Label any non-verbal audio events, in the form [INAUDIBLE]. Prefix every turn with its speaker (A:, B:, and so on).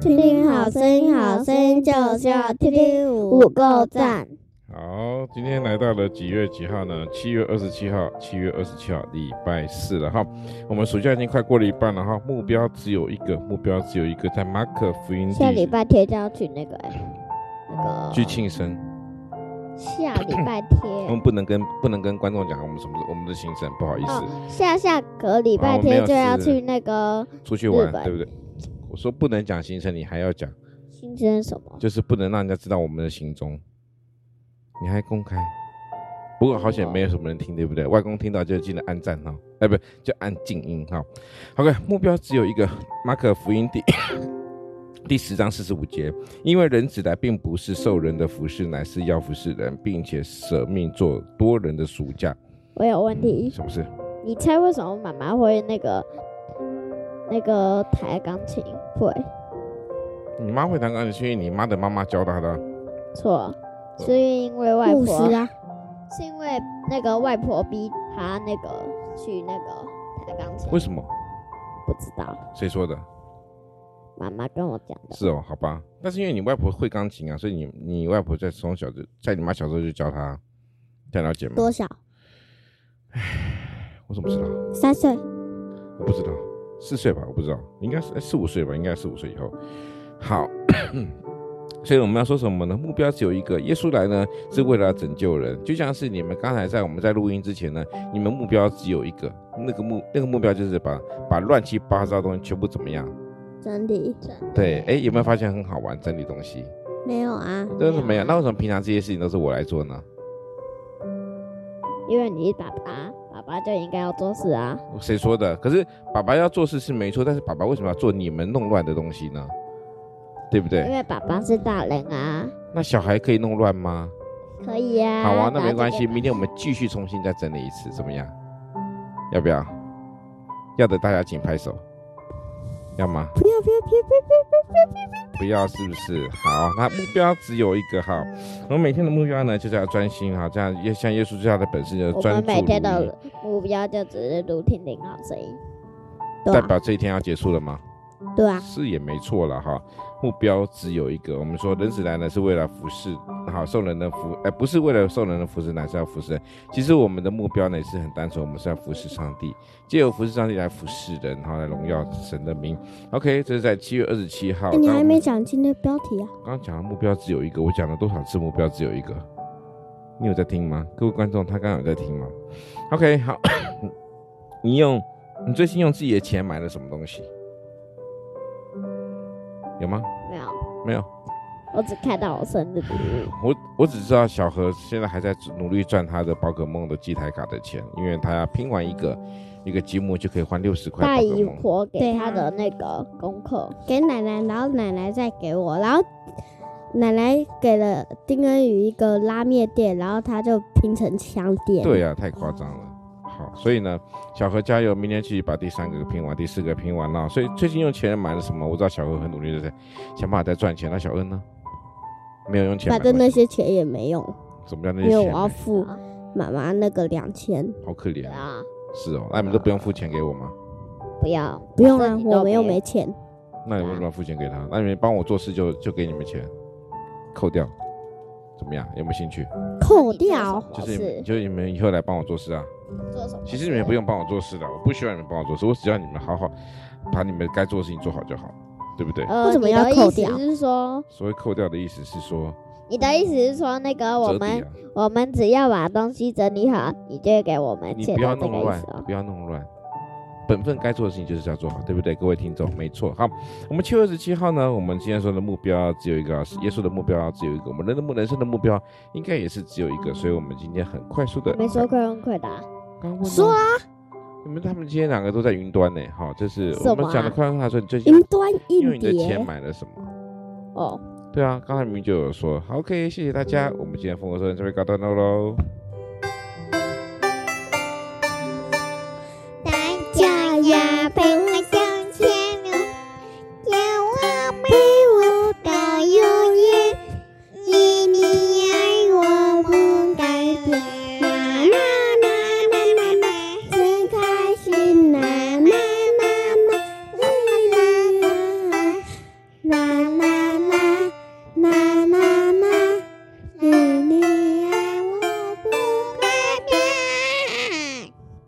A: 听听好声音，好声音就是要听听五够赞。
B: 好，今天来到了几月几号呢？七月二十七号，七月二十七号，礼拜四了哈。我们暑假已经快过了一半了哈，目标只有一个，目标只有一个，在马可福音第
A: 下礼拜天就要去那个、欸、那
B: 去
A: 个
B: 庆生，
A: 下礼拜
B: 我
A: 天
B: 们不能跟不能跟观众讲我们什么我们的行程，不好意思，
A: 哦，下下个礼拜天就要去那个
B: 出去玩
A: 日本
B: 对不对？我说不能讲行程，你还要讲，
A: 新增什么？
B: 就是不能让人家知道我们的行踪，你还公开。不过好险没有什么人听，对不对？外公听到就进来按赞哈，哎，不就按静音哈。OK，目标只有一个，马可福音第 [COUGHS] 第十章四十五节，因为人子来并不是受人的服侍，乃是要服侍人，并且舍命做多人的暑假，
A: 我有问题，
B: 是不是？
A: 你猜为什么妈妈会那个那个弹钢琴？会
B: 你妈会弹钢琴，是因为你妈的妈妈教她的啊。
A: 错，是因为外
C: 牧
A: 婆
C: 师啊，
A: 是因为那个外婆逼她那个去那个弹钢琴
B: 为，什么？
A: 不知道
B: 谁说的？
A: 妈妈跟我讲的。
B: 是哦，好吧。但是因为你外婆会钢琴啊，所以你你外婆在从小就在你妈小时候就教她，这样了解吗？
C: 多少？
B: 我怎么知道？
C: 三岁，
B: 我不知道，四岁吧，我不知道，应该是哎四五岁吧，应该四五岁以后。好， [COUGHS] 所以我们要说什么呢？目标只有一个，耶稣来呢是为了要拯救人，就像是你们刚才在我们在录音之前呢，你们目标只有一个，那个目那个目标就是把把乱七八糟的东西全部怎么样？
C: 真理
B: 对，哎，有没有发现很好玩整理东西？
C: 没有啊？
B: 真的没有，那为什么平常这些事情都是我来做呢？
A: 因为你是爸爸，爸爸就应该要做事啊。
B: 谁说的？可是爸爸要做事是没错，但是爸爸为什么要做你们弄乱的东西呢？对不
A: 因
B: 对？
A: 为爸爸是大人啊，
B: 那小孩可以弄乱吗？
A: 可以呀、
C: 嗯
B: 好啊，那
A: 然后
B: 没
A: 就
B: 关系，
A: 给
B: 明天我们继续重新再整理一次，怎么样？要不要？要的大家请拍手，要吗？
C: 不要不要不要不要！
B: 不要是不是？好，那目标只有一个哈。我们每天的目标呢，就是要专心哈，这样也像耶稣教的本事就是
A: 我
B: 专
A: 们
B: 注。
A: 每天的目标就只是读听听好声音。
C: 对
B: 代
C: 啊
B: 表这一天要结束了吗？
C: 对啊，
B: 是也没错了哈。目标只有一个，我们说人子来呢是为了服侍，好受人的服，哎、不是为了受人的服侍，乃是要服侍人。其实我们的目标呢也是很单纯，我们是要服侍上帝，借由服侍上帝来服侍人，然后来荣耀神的名。OK，这是在七月二十七号。
C: 哎你
B: 当我
C: 还
B: 们
C: 没讲今天的标题啊？
B: 刚刚讲的目标只有一个，我讲了多少次目标只有一个？你有在听吗？各位观众，他刚刚有在听吗？OK，好， [COUGHS] 你用你最近用自己的钱买了什么东西？有吗？
A: 没有，
B: 没有，
A: 我只看到我生日礼物。
B: 我我只知道小何现在还在努力赚他的宝可梦的机台卡的钱，因为他要拼完一个一个积木就可以换六十块
A: 大
B: 宝可
A: 姨
B: 梦。
A: 婆给
C: 对啊
A: 他的那个功课，
C: 给奶奶，然后奶奶再给我，然后奶奶给了丁恩宇一个拉面店，然后他就拼成枪店。
B: 对呀、太夸张了。
C: 哦
B: 好，所以呢，小何加油，明天去把第三个拼完，第四个拼完了。所以最近用钱买了什么？我知道小何很努力的在想办法在赚钱。那小恩呢？没有用钱买
C: 反
B: 东西，
C: 正那些钱也没用，
B: 怎么样？那
C: 因为
B: 些
C: 我
B: 钱
C: 要
B: 呢
C: 付妈妈那个两千。
B: 好可怜
A: 对
B: 啊。
A: 啊，
B: 是哦，那你们都不用付钱给我吗？
A: 不要
C: 不用
A: 这
C: 啊，
A: 你都
C: 我们又
A: 没
C: 没钱。
B: 那你为什么要付钱给他？那你们帮我做事就就给你们钱，扣掉，怎么样？有没有兴趣？
C: 扣掉，
A: 你
B: 就
A: 做什么
B: 是你们
A: 事
B: 就是你们以后来帮我做事啊。
A: 做什么事？
B: 其实你们也不用帮我做事的，我不需要你们帮我做事，我只要你们好好把你们该做的事情做好就好，对不对？
A: 呃，
C: 为什么
A: 你的
C: 要扣
A: 意思
C: 掉
A: 是说，
B: 所谓扣掉的意思是说
A: 你的意思是说，那个我
B: 折抵
A: 们
B: 啊，
A: 我们只要把东西整理好，你就会给我们
B: 你
A: 钱
B: 不要
A: 的这
B: 弄
A: 个意
B: 乱
A: 思，哦。
B: 不要弄乱。本分该做的事情就是要做好，对不对，各位听众？没错。好，我们七月二十七号呢，我们今天说的目标只有一个啊，是耶稣的目标只有一个，我们人的目人生的目标应该也是只有一个，所以我们今天很快速的
A: 嗯没说快问快答，
B: 刚问
C: 说
B: 啊，你们他们今天两个都在云端呢，好，就是
A: 什么啊
B: 我们讲的快问快答说你最近
C: 云端
B: 因为
C: 硬
B: 你的钱
C: 碟。
B: 买了什么？
A: 哦，
B: 对啊，刚才明明就有说好，OK，谢谢大家，我们今天风格说人这边告段落喽。
A: 大
C: 家要平